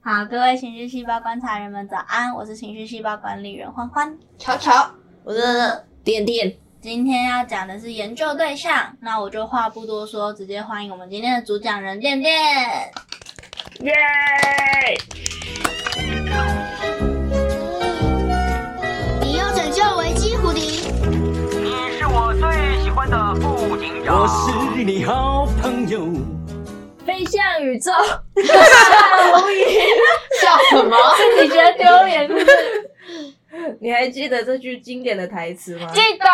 好，各位情绪细胞观察人们早安，我是情绪细胞管理人欢欢。吵吵，我的点点，今天要讲的是研究对象，那我就话不多说，直接欢迎我们今天的主讲人电电。耶！你要拯救维基胡迪。你是我最喜欢的布警长。我是你好朋友，飞向宇宙，笑什么？你觉得丢脸是不是？ 你还记得这句经典的台词吗？记得，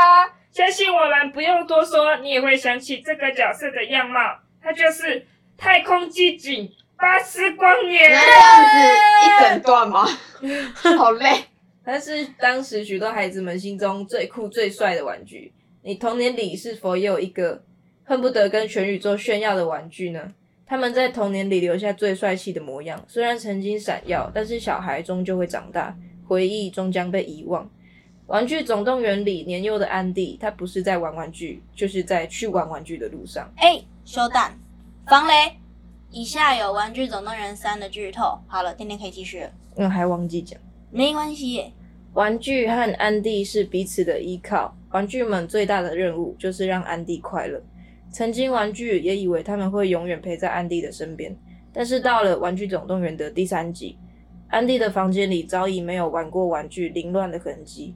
相信我们不用多说，你也会想起这个角色的样貌，他就是太空机警巴斯光你要年这。样子一整段吗？好累。它是当时许多孩子们心中最酷最帅的玩具。你童年里是否也有一个恨不得跟全宇宙炫耀的玩具呢？他们在童年里留下最帅气的模样，虽然曾经闪耀，但是小孩终究会长大，回忆终将被遗忘。《玩具总动员》里年幼的安迪，他不是在玩玩具，就是在去玩玩具的路上。哎，修蛋，防雷。以下有《玩具总动员三》的剧透。好了，电电可以继续了，嗯，还忘记讲。没关系 耶。玩具和安迪是彼此的依靠，玩具们最大的任务就是让安迪快乐。曾经，玩具也以为他们会永远陪在安迪的身边，但是到了《玩具总动员》的第三集，安迪的房间里早已没有玩过玩具凌乱的痕迹，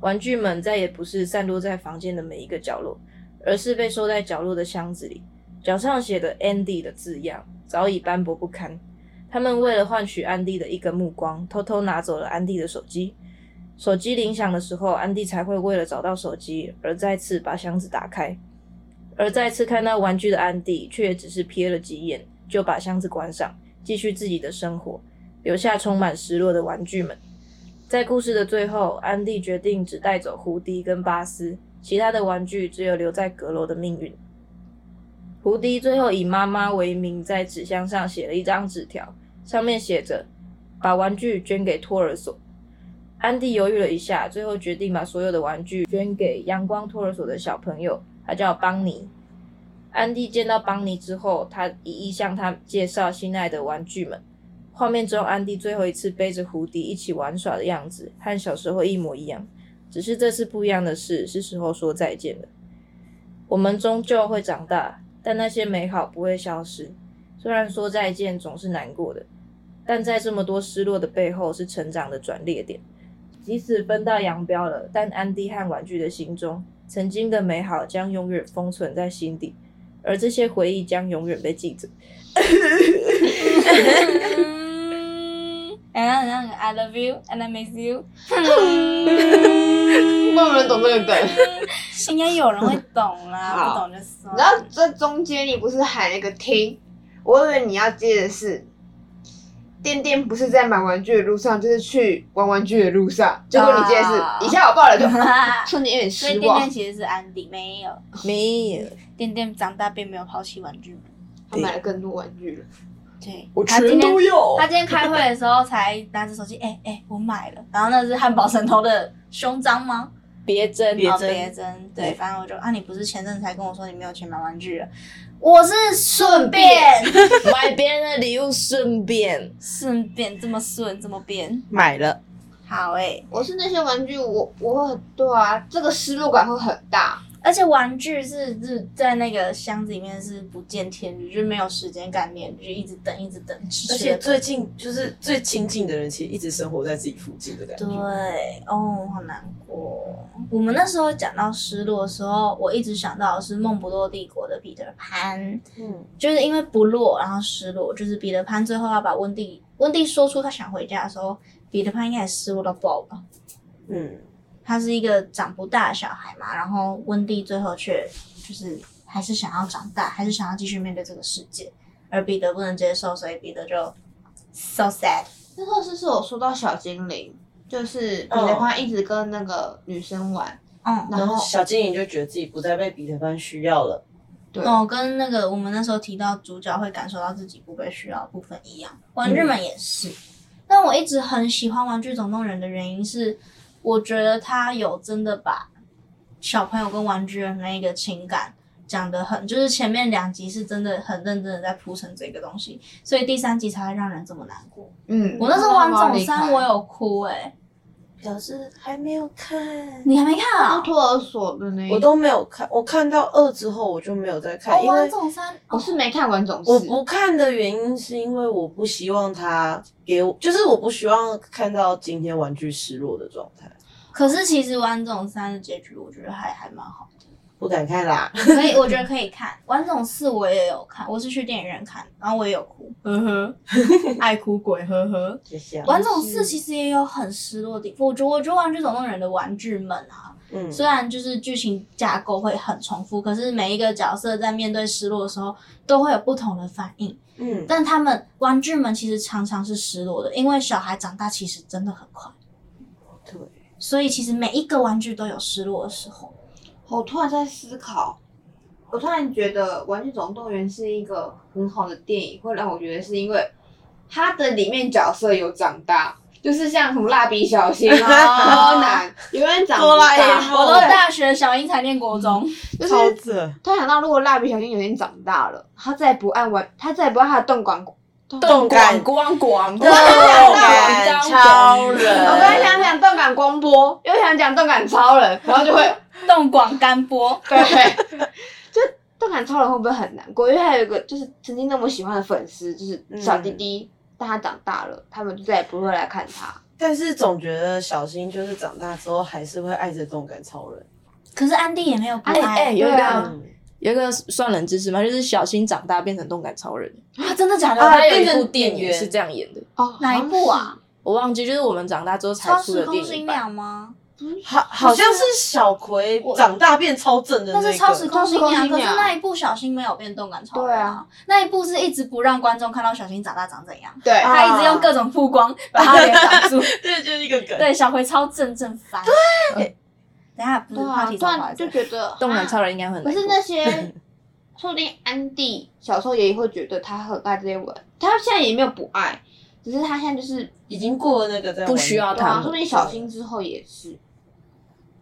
玩具们再也不是散落在房间的每一个角落，而是被收在角落的箱子里，脚上写的 “Andy” 的字样早已斑驳不堪。他们为了换取安迪的一个目光，偷偷拿走了安迪的手机。手机铃响的时候，安迪才会为了找到手机而再次把箱子打开。而再次看到玩具的安迪，却也只是瞥了几眼，就把箱子关上，继续自己的生活，留下充满失落的玩具们。在故事的最后，安迪决定只带走胡迪跟巴斯，其他的玩具只有留在阁楼的命运。胡迪最后以妈妈为名，在纸箱上写了一张纸条，上面写着：“把玩具捐给托儿所。”安迪犹豫了一下，最后决定把所有的玩具捐给阳光托儿所的小朋友，他叫邦尼。安迪见到邦尼之后，他一一向他介绍心爱的玩具们。画面中，安迪最后一次背着胡迪一起玩耍的样子，和小时候一模一样。只是这次不一样的是，是时候说再见了。我们终究会长大，但那些美好不会消失。虽然说再见总是难过的，但在这么多失落的背后，是成长的转捩点。即使分道扬镳了，但安迪和玩具的心中，曾经的美好将永远封存在心底，而这些回忆将永远被记着。嗯 and then I love you and I miss you 嗯。没有人懂这个梗 应该有人会懂啦，好不懂就算了。然后这中间你不是喊了一个听，我以为你要接的是，店店不是在买玩具的路上，就是去玩玩具的路上。结果你接的啊是，一下 我爆了就，瞬间有点所以电失电望。其实是安迪，没有没有，电电长大并没有抛弃玩具们。他买了更多玩具了，对，我他全今天都有。他今天开会的时候才拿着手机，哎、哎、我买了。然后那是汉堡神偷的胸章吗？别争，哦别针，对，反正我就啊，你不是前阵子才跟我说你没有钱买玩具了，我是顺便买别人的礼物，顺便顺便这么顺这么变，买了。好哎、我是那些玩具，我我会很对啊，这个失落感会很大。而且玩具是是在那个箱子里面是不见天日，就是没有时间概念，就一直等一直等，而且最近就是最亲近的人，其实一直生活在自己附近的感对觉。哦，好难过。我们那时候讲到失落的时候，我一直想到的是《梦不落帝国》的彼得潘，嗯，就是因为不落，然后失落，就是彼得潘最后要把温蒂温蒂说出他想回家的时候，彼得潘应该也失落到爆吧。嗯，他是一个长不大的小孩嘛，然后温蒂最后却就是还是想要长大，还是想要继续面对这个世界，而彼得不能接受，所以彼得就 so sad。那时候是是我说到小精灵，就是彼得潘一直跟那个女生玩，嗯，然后小精灵就觉得自己不再被彼得潘需要了。对哦，跟那个我们那时候提到主角会感受到自己不被需要的部分一样，玩嗯具们也是。但我一直很喜欢《玩具总动员》的原因是，我觉得他有真的把小朋友跟玩具的那个情感讲的很，就是前面两集是真的很认真的在铺陈这个东西，所以第三集才会让人这么难过。嗯，我那时候玩总三，我有有哭哎、表示还没有看，你还没看啊、哦托儿所的那一我都没有看，我看到二之后我就没有再看，哦，因为玩总三，我是没看完总是，我不看的原因是因为我不希望他给我，就是我不希望看到今天玩具失落的状态，可是其实玩总三的结局我觉得还还蛮好的，不敢看啦。 可以，我觉得可以看。玩总四我也有看，我是去电影院看，然后我也有哭，呵呵，爱哭鬼，呵呵。谢谢啊。玩总四其实也有很失落的地方，我觉得我觉得玩具总动员的玩具们啊，嗯，虽然就是剧情架构会很重复，可是每一个角色在面对失落的时候都会有不同的反应。嗯，但他们玩具们其实常常是失落的，因为小孩长大其实真的很快，对，所以其实每一个玩具都有失落的时候。我突然在思考，我突然觉得《玩具总动员》是一个很好的电影，会让我觉得是因为它的里面角色有长大，就是像什么蜡笔小新啊、柯南，有人长哆啦 A 大。梦，我到大学小英才念国中，就是超子，突然想到，如果蜡笔小新有一天长大了，他再也不按玩，他再也不按他的动感。动感光光动感超我刚才人，想讲动感光波，又想讲动感超人，然后就会 动广干播。对，就动感超人会不会很难过？因为还有一个就是曾经那么喜欢的粉丝，就是小弟弟，但他长大了，他们就再也不会来看他。但是总觉得小新就是长大之后还是会爱着动感超人。嗯可是安迪也没有不爱、哎哎，有一对啊个有一个算人知识嘛，就是小新长大变成动感超人，啊，真的假的？他有一变部成电演影员是这样演的，哦哪一部？啊？我忘记，就是我们长大之后才超出时的空电影新版。娘吗？好，好像是小葵长大变超正的那个是超时空新娘，超时可空是新娘那一部小新没有变动感超人对啊，那一部是一直不让观众看到小新长大长怎样，对，啊他一直用各种曝光把他脸挡住。 对，就是一个梗。对，小葵超正正翻。对，等一下不是对嗯话啊，题突转过来然就着，觉得动感超人。人应该很可难是过那些，说不定安迪小时候也会觉得他很爱这些文，他现在也没有不爱，只是他现在就是已经过了那个在玩不需要对他啊，们说不定小新之后也是。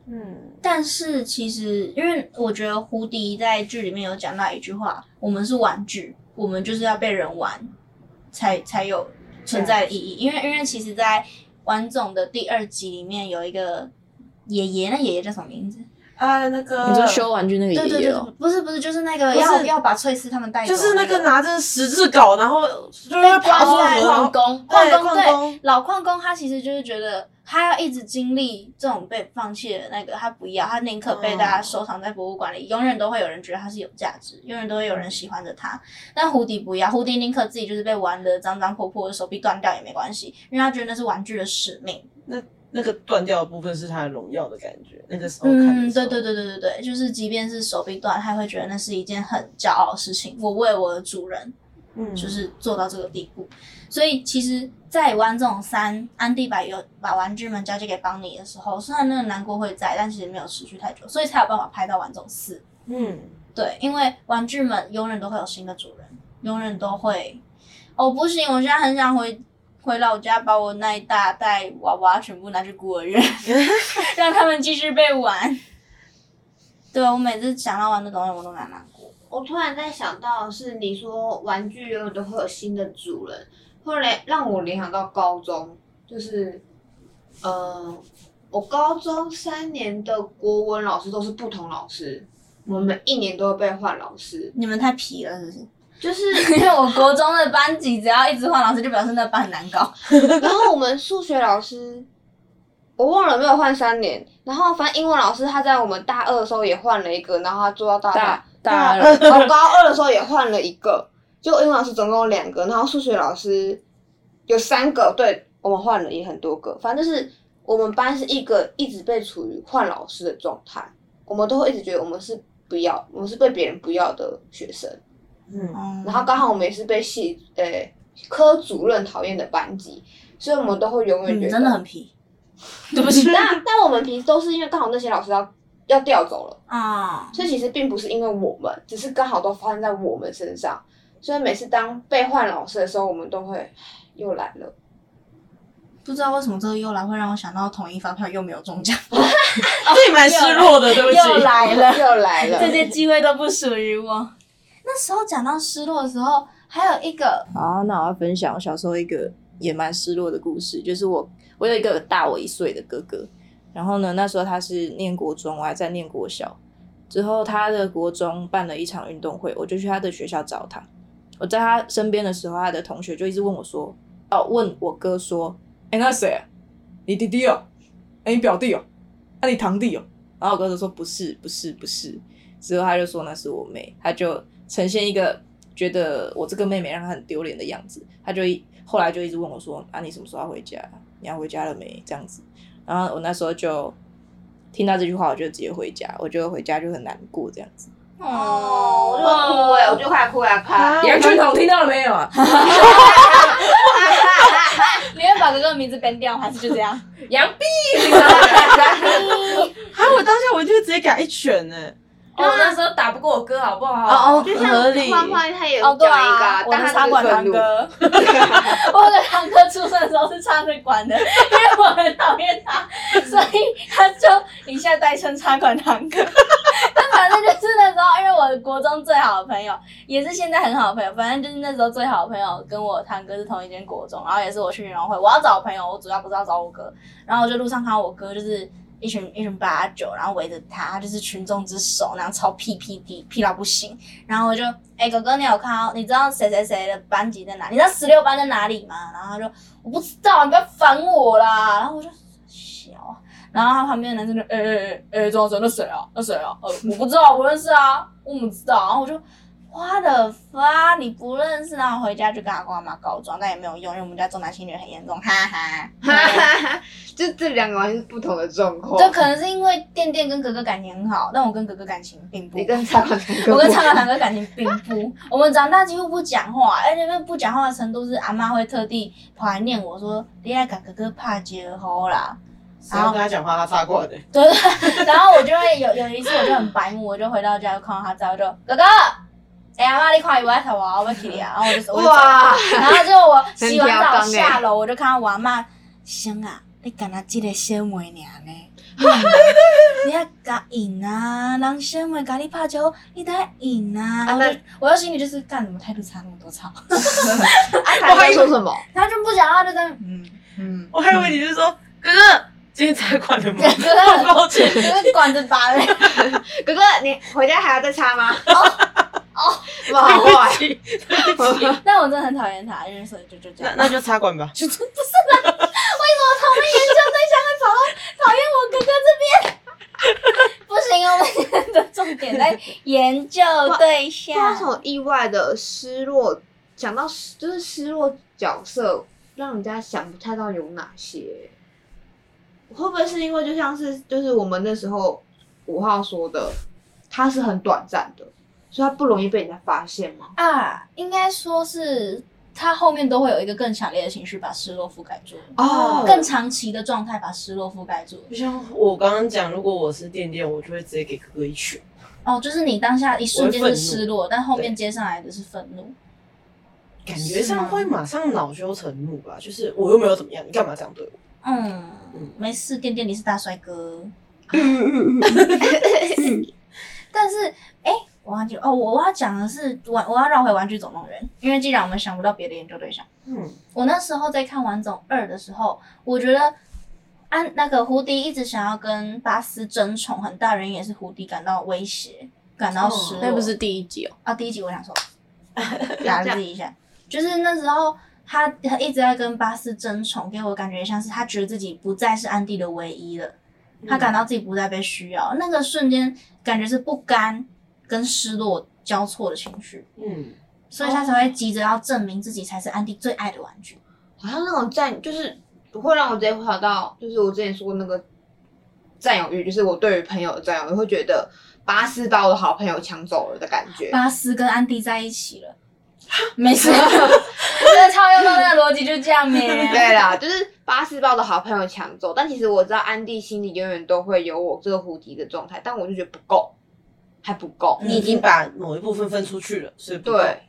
嗯，但是其实因为我觉得胡迪在剧里面有讲到一句话：“我们是玩具，我们就是要被人玩，才才有存在的意义。”因为因为其实，在玩总的第二集里面有一个爷爷，那爷爷叫什么名字？啊，那个你说修玩具那个对对爷爷对，哦对，不是不是，就是那个不是要要把翠丝他们带走，就是那个拿着十字镐，然后就是 被爬出关来，在然后矿工，矿对工矿工对老矿工，他其实就是觉得他要一直经历这种被放弃的那个，他不要，他宁可被大家收藏在博物馆里，永远都会有人觉得他是有价值，永远都会有人喜欢着他。但胡迪不要，胡迪宁可自己就是被玩的脏脏破破，手臂断掉也没关系，因为他觉得那是玩具的使命。那个断掉的部分是他的荣耀的感觉。那个时候看嗯，的时候，对对对对对对，就是即便是手臂断，他也会觉得那是一件很骄傲的事情，我为我的主人嗯，就是做到这个地步。所以其实，在玩这种三安迪把有把玩具们交接给邦尼的时候，虽然那个难过会在，但其实没有持续太久，所以才有办法拍到玩这种四。嗯，对，因为玩具们永远都会有新的主人，永远都会。哦，不行，我现在很想回回老家，把我那一大袋娃娃全部拿去孤 儿院，让他们继续被玩。对，我每次想到玩的东西，我都蛮难过。我突然在想到，是你说玩具永远都会有新的主人，后来让我联想到高中，就是，呃，我高中三年的国文老师都是不同老师，我们每一年都会被换老师，你们太皮了，是不是？就 是因为我国中的班级只要一直换老师，就表示那班很难搞。 然后我们数学老师，我忘了有没有换三年。然后反正英文老师他在我们大二的时候也换了一个，然后他做到大大大大二我高二的时候也换了一个。就英文老师总共有两个，然后数学老师有三个，对我们换了也很多个。反正就是我们班是一个一直被处于换老师的状态，我们都会一直觉得我们是不要，我们是被别人不要的学生。嗯，嗯哦然后刚好我们也是被系呃科主任讨厌的班级，所以我们都会永嗯远你觉得、嗯真的很皮， 对不 起。但但我们平时都是因为刚好那些老师要要调走了，啊、所以其实并不是因为我们，只是刚好都发生在我们身上。所以每次当被换老师的时候，我们都会唉又来了。不知道为什么这个又来会让我想到统一发票又没有中 奖，哦嗯这也蛮失落的，对不起。来又来了，这些机会都不属于我。那时候讲到失落的时候，还有一个好，那我要分享我小时候一个也蛮失落的故事，就是我我有一个大我一岁的哥哥，然后呢，那时候他是念国中，我还在念国小。之后他的国中办了一场运动会，我就去他的学校找他。我在他身边的时候，他的同学就一直问我说：“哦，问我哥说，哎、那谁、啊？你弟弟哦、哎、你表弟哦、那、你堂弟哦、然后我哥就说：“不是，不是，不是。”之后他就说那是我妹，他就呈现一个觉得我这个妹妹让她很丢脸的样子，他就一后来就一直问我说：“啊，你什么时候要回家？你要回家了没？”这样子，然后我那时候就听到这句话，我就直接回家，我就回家就很难过这样子。哦，我就哭哎、我就快哭啊啪！哦杨俊彤听到了没有 啊？你会把哥哥的名字编掉，还是就这 样？杨碧，啊还啊有我当下我就直接给他一拳呢、哦我那时啊候打不过我哥，好不好？哦就合理像。欢欢他也哦有，对讲一个、啊，我但的他插只是管堂愤怒。 哥，我的堂哥出生的时候是插着管的，因为我很讨厌他，所以他就一下代称插管堂 哥。但反正就是那时候，因为我国中最好的朋友，也是现在很好的朋友，反正就是那时候最好的朋友跟我堂哥是同一间国中，然后也是我去运动会，我要找朋友，我主要不是要找我哥，然后我就路上看到我哥就是。一群一群八九，然后围着他，他就是群众之首，然后超屁屁的屁到不行。然后我就，哎、哥哥，你有看到？你知道谁谁谁的班级在哪？你知道十六班在哪里吗？然后他就，我不知道，你不要烦我啦。然后我就，小啊。然后他旁边的男生就，哎哎哎哎，庄老师，那谁啊？那谁啊？呃，我不知道，我不认识啊，我不知道。然后我就，我的发，你不认识？然后回家就跟他跟我妈告状，但也没有用，因为我们家重男轻女很严重，哈哈。哈哈哈，就这两个完全是不同的状况。就可能是因为店店跟哥哥感情很好，但我跟哥哥感情并不好。你跟蔡康我永，跟唱歌堂哥感情并不，我们长大几乎不讲话，而且那不讲话的程度是阿妈会特地跑来念我说：“你爱跟哥哥怕结婚啦。 谁要跟他讲话，他发过的。”对，然后我就会有有一次我就很白目，我就回到家就看到他在，我就哥哥，哎、阿妈你看我在头啊，我要去你啊，然后我就我就走了，哇，然后结果我洗完澡很挑下缸楼，我就看到我阿妈，先啊，你干那这个小妹娘呢？ 你要甲赢啊！人小妹甲你拍招呼，你得赢啊！然后就我就心里就是干什么态度差那么多 差，阿凯在说什么？他就不讲话，就在嗯嗯，我还以为你是说哥哥今天才管的 吗？哥哥很抱 歉，就是管着把人， 哥哥，你回家还要再擦吗？哦， 哇，好坏，但我真的很讨厌他，因为所以就就这那样。那就插管吧。讨厌研究对象会跑到讨厌我哥哥这边， 不行哦，我们今天的重点在研究对啊不知道象为。什么意外的失落，讲到失就是失落角色，让人家想不太到有哪些。会不会是因为就像是就是我们那时候五号说的，它是很短暂的，所以它不容易被人家发现嘛？啊，应该说是他后面都会有一个更强烈的情绪把失落覆盖住，哦更长期的状态把失落覆盖住。就像我刚刚讲，如果我是店店，我就会直接给哥哥一拳。哦，就是你当下一瞬间我是会愤怒失落，但后面接上来的是愤怒。感觉上会马上恼羞成怒吧，就是我又没有怎么样，你干嘛这样对我？嗯，没事，店店你是大帅 哥。但是，哎、我忘记哦，我我要讲的是玩，我要绕回《玩具总动员》，因为既然我们想不到别的研究对象。嗯，我那时候在看《完总二》的时候，我觉得安那个胡迪一直想要跟巴斯争宠，很大原因也是胡迪感到威胁，感到失落。那不是第一集哦，啊，第一集我想说， 打了自己一下，就是那时候他他一直在跟巴斯争宠，给我感觉像是他觉得自己不再是安迪的唯一了，嗯他感嗯到自己不再被需要，那个瞬间感觉是不甘跟失落交错的情绪，嗯，所以哦他才会急着要证明自己才是安迪最爱的玩具。好像那种占就是会让我直接回想到，就是我之前说那个占有欲，就是我对于朋友的占有欲，会觉得巴斯把我的好朋友抢走了的感觉。巴斯跟安迪在一起了，没事，我真的超用到那个逻辑就这样 呗。对啦，就是巴斯把我的好朋友抢走，但其实我知道安迪心里永远都会有我这个胡迪的状态，但我就觉得不够，还不够。嗯嗯你已经把某一部分分出去了，所以不够对，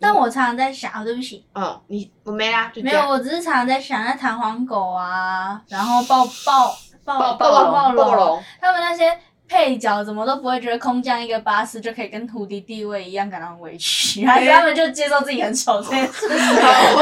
但我常常在想，啊，对不起，嗯，你我没啦，就这没有，样。我只是常常在想，那弹簧狗啊，然后暴暴暴暴暴暴龙，龙，他们那些配角怎么都不会觉得空降一个巴士就可以跟胡迪地位一样感到很委屈，还是他们就接受自己很丑这件事，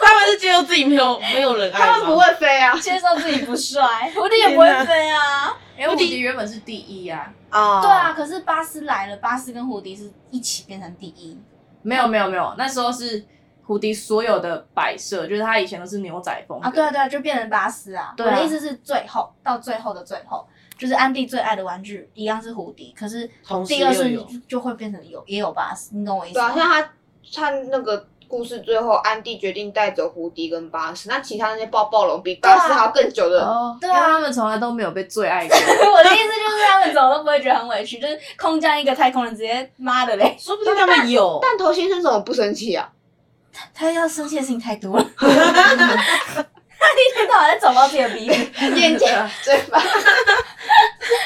他们是接受自己没有没有人爱吗，他们不会飞啊。接受自己不帅，胡迪也不会飞啊。因为无敌原本是第一啊，啊对啊，，可是巴斯来了，巴斯跟胡迪是一起变成第一。没有没有没有，那时候是胡迪所有的摆设，就是他以前都是牛仔风格啊，对啊，对啊，就变成巴斯啊。对啊我的意思是最后到最后的最后，就是安迪最爱的玩具一样是胡迪，可是同时第二又顺有就就会变成有也有巴斯，你懂我意思对啊，吗？ 像他他那个故事最后，安迪决定带走胡迪跟巴斯，那其他那些暴暴龙比巴斯还要更久的。哦，对啊因为他们从来都没有被最爱过，我的意思就是他们怎么都不会觉得很委屈，就是空降一个太空人，直接妈的嘞！说不定他们有，弹头先生怎么不生气啊？他要生气的事情太多了， 他一天到晚在找到自己的 鼻子，眼睛、嘴巴，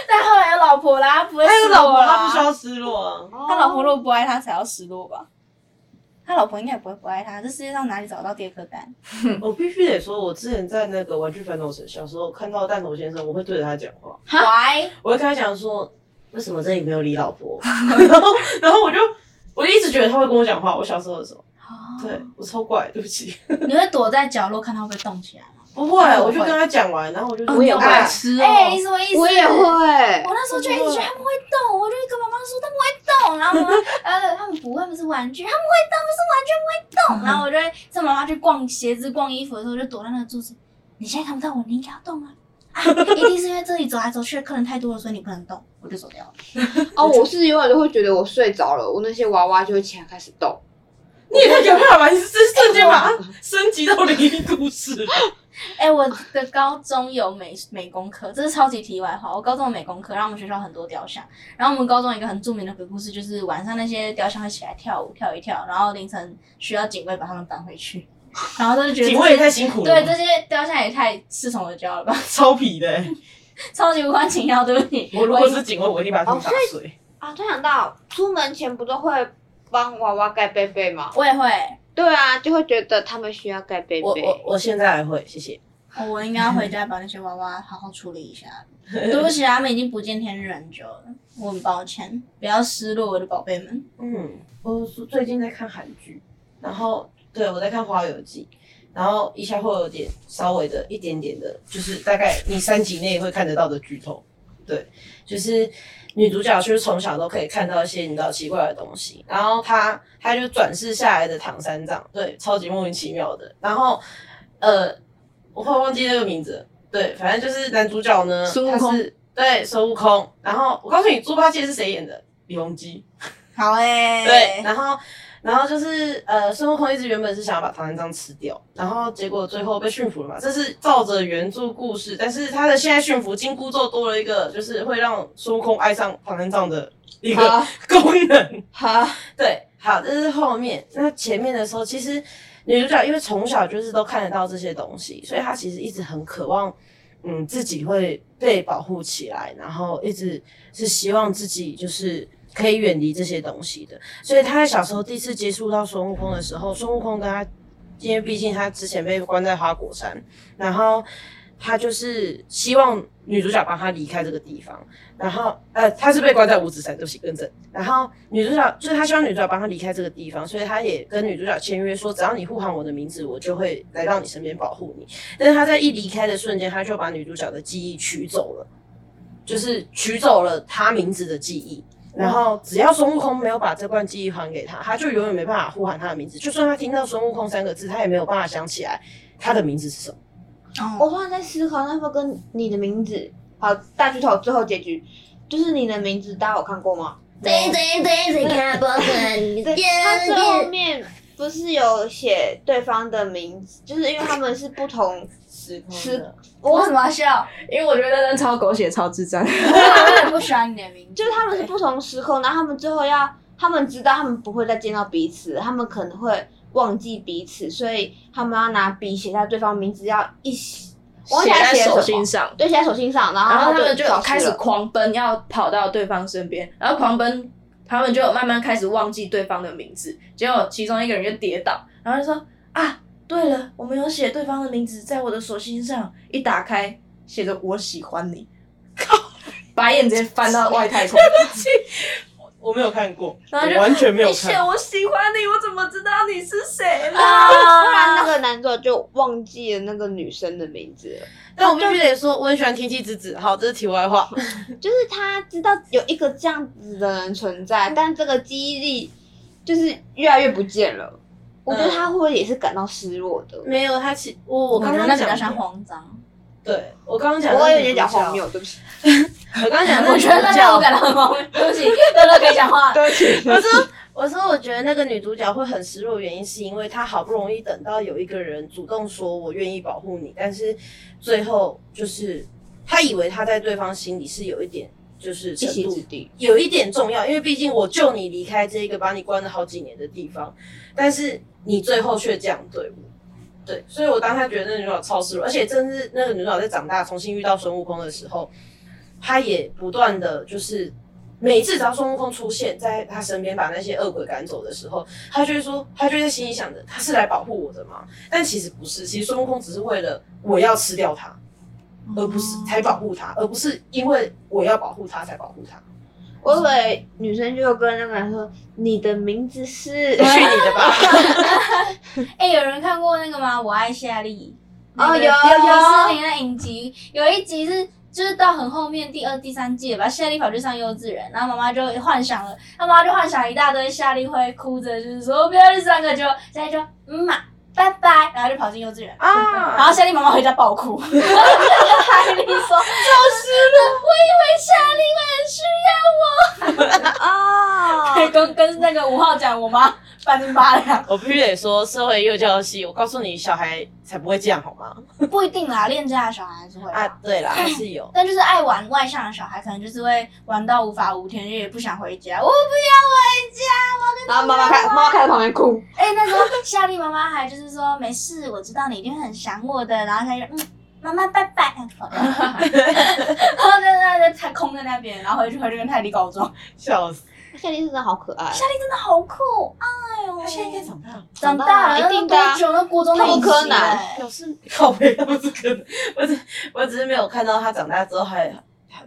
但后来有老婆啦，不会他失有老落婆，他不需啦。要失落啊。他老婆如果不爱他，才要失落吧？他老婆应该也不会不爱他，这世界上哪里找到第二颗蛋？我必须得说，我之前在那个玩具反斗城小时候看到弹头先生，我会对着他讲话，喂，我会跟他讲说，为什么这里没有李老婆？ 然后，然后我就我就一直觉得他会跟我讲话。我小时候的时候，对我超怪，对不起， 你会躲在角落看他会被动起来吗？ 不会，我就跟他讲完，然后我就说我也会哎吃哎、你什么意思？哦我也会。我那时候就一直觉得他们会动，我就跟妈妈说他们会动，然后妈妈呃他们不会，他们是玩具，他们会动，他们是玩具不嗯会动，然后我就会趁妈妈去逛鞋子、逛衣服的时候，我就躲在那个柱子。你现在看不到我，你应该要动啊！啊，一定是因为这里走来走去的客人太多了，所以你不能动，我就走掉了。哦，我是永远都会觉得我睡着了，我那些娃娃就会起来开始动。你也太可怕了吧！你 是瞬间把它升级到灵异故事 了。 哎、我的高中有美美工课，这是超级题外话。我高中有美工课，然后我们学校很多雕像，然后我们高中有一个很著名的鬼故事，就是晚上那些雕像会起来跳舞，跳一跳，然后凌晨需要警卫把他们搬回去，然后都是觉得警卫也这太些辛苦了，对这，些雕像也太恃宠而骄了吧，超皮的、欸。超级无关紧要，对不起。我如哦果是警卫，我一定把他们打碎。啊，突然想到，出门前不都会帮娃娃盖被被吗？我也会，对啊，就会觉得他们需要盖被我我被。我现在还会，谢谢。我应该要回家把那些娃娃好好处理一下。对不起，啊他们已经不见天日很久了，我很抱歉，不要失落我的宝贝们。嗯，我是最近在看韩剧，然后对我在看《花游记》，然后一下会有点稍微的一点点的，就是大概你三集内会看得到的剧透。对，就是女主角就是从小都可以看到一些你知道奇怪的东西，然后她她就转世下来的唐三藏，对，超级莫名其妙的。然后呃，我会忘记那个名字了，对，反正就是男主角呢，孙悟空他是，对，孙悟空。然后我告诉你，猪八戒是谁演的？李隆基。好哎、对，然后然后就是呃，孙悟空一直原本是想要把唐三藏吃掉，然后结果最后被驯服了嘛。这是照着原著故事，但是他的现在驯服金箍咒多了一个，就是会让孙悟空爱上唐三藏的一个好功能。好，对，好，这是后面。那前面的时候，其实女主角因为从小就是都看得到这些东西，所以她其实一直很渴望，嗯，自己会被保护起来，然后一直是希望自己就是可以远离这些东西的。所以她在小时候第一次接触到孙悟空的时候，孙悟空跟她，因为毕竟她之前被关在花果山，然后。她就是希望女主角帮她离开这个地方，然后呃，她是被关在五指山，对不起，更正。然后女主角就是他希望女主角帮他离开这个地方，所以他也跟女主角签约说，只要你呼喊我的名字，我就会来到你身边保护你。但是他在一离开的瞬间，他就把女主角的记忆取走了，就是取走了他名字的记忆。然后只要孙悟空没有把这罐记忆还给他，他就永远没办法呼喊他的名字。就算他听到孙悟空三个字，他也没有办法想起来他的名字是什么。哦我突然在思考，那会跟你的名字，好大巨头最后结局，就是你的名字，大家有看过吗？谁谁谁谁看不准， 对，他最后面不是有写对方的名字，就是因为他们是不同，时空时的我为什么要笑？因为我觉得那超狗血、超智障。我很不喜欢你的名字，就是他们是不同时空，然后他们最后要，他们知道他们不会再见到彼此，他们可能会忘记彼此，所以他们要拿笔写在对方名字，要一起，我忘记写他在写了手什么心上，对，写在手心上，然后然后他们就就消失开始了狂奔，要跑到对方身边，然后狂奔他们就慢慢开始忘记对方的名字，结果其中一个人就跌倒，然后就说啊，对了，我没有写对方的名字在我的手心上，一打开写着我喜欢你， 靠，把眼直接翻到外太 空，我没有看过，然后就我完全没有你写看。我喜欢你，我怎么知道你是谁呢？突然那个男主角就忘记了那个女生的名字了，但我必须得说，我很喜欢听妻之子。好，这是题 外话。就是他知道有一个这样子的人存在，但这个记忆力就是越来越不见了。我觉得他会不会也是感到失落的？嗯没有，他其我我我刚觉得刚那比讲较的像，慌张，对我刚刚讲，我有点讲荒，谬，对不起，我刚刚 讲，我觉得那让我感到很慌谬。对不起，乐乐可以讲话。对不起。我说，我说，我觉得那个女主角会很失落，原因是因为她好不容易等到有一个人主动说“我愿意保护你”，但是最后就是她以为她在对方心里是有一点就是一程席度之地，有一点重要，因为毕竟我救你离开这个把你关了好几年的地方，但是你最后却这样对我。对，所以我当下觉得那个女主角超失落，而且真是那个女主角在长大重新遇到孙悟空的时候，她也不断的就是每一次只要孙悟空出现在她身边把那些恶鬼赶走的时候，她就会说，她就在心里想着他是来保护我的嘛，但其实不是，其实孙悟空只是为了我要吃掉他，而不是才保护他，而不是因为我要保护他才保护他。我以为女生就跟那个男生说：“你的名字是……去你的 吧！哎、有人看过那个吗？我爱夏利。哦那个有迪士尼的影集有一集是。就是到很后面第二、第三季了吧，夏利跑去上幼稚园，然后妈妈就幻想了，她妈妈就幻想一大堆夏利会哭着，就是说不要去上课，就夏利就嗯嘛，拜拜，然后就跑进幼稚园啊然后夏利妈妈回家爆哭，夏利说：“老师，我以为夏利会很需要 我。”哦，跟跟那个五号讲，我妈半斤八两。 我必须得说，社会幼教系，我告诉你，小孩才不会这样好吗？不一定啦，恋家的小孩还是会啊啊，，对 啦，还是有。但就是爱玩外向的小孩，可能就是会玩到无法无天，就也不想回家。我不要回家，然后妈妈开，妈妈开始旁边哭。我哎、那时候夏丽妈妈还就是说没事，我知道你一定会很想我的，然后她就嗯。妈妈拜拜，然后就跑掉 然后在那在太空在那边，然后回去回去跟泰迪告状。笑死！夏丽真的好可爱，夏丽真的好酷，哎呦！他现在应该长大了，长大了，长大了一定的啊那多久？那国中他那不柯南有事靠背，他不是可能，我只我只是没有看到他长大之后还。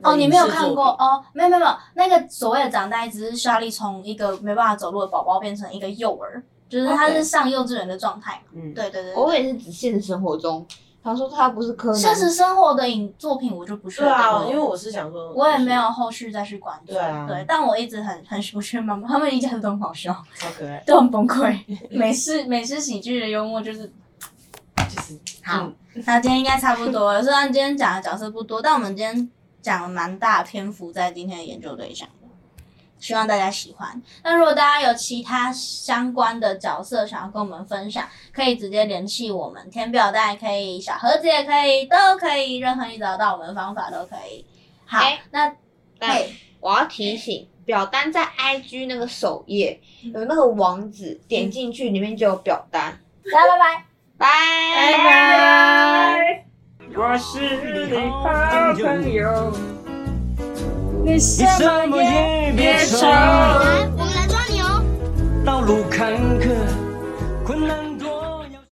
哦，你没有看过？哦？没有没有没有，那个所谓的长大，只是莎莉从一个没办法走路的宝宝变成一个幼儿，就是他是上幼稚园的状态嘛。嗯，对对对我对，也是指现实生活中，他说他不是柯南，现实生活的影作品我就不确对定啊，了因为我是想说，我也没有后续再去关注。对啊但我一直很很熟悉妈妈，他们一家都很好笑，超可爱， 都很崩 溃。美式美式喜剧的幽默就是就是嗯好，那今天应该差不多了。 虽然今天讲的角色不多，但我们今天讲了蛮大篇幅在今天的研究对象，希望大家喜欢。那如果大家有其他相关的角色想要跟我们分享，可以直接联系我们，填表单也可以，小盒子也可以，都可以，任何你找到我们的方法都可以。好，哎那但嘿我要提醒，表单在 IG 那个首页有那个网址，点进去里面就有表单。大家拜拜。拜拜。我是你好朋友，你什么也别愁。我们来抓你哦。道路坎坷，困难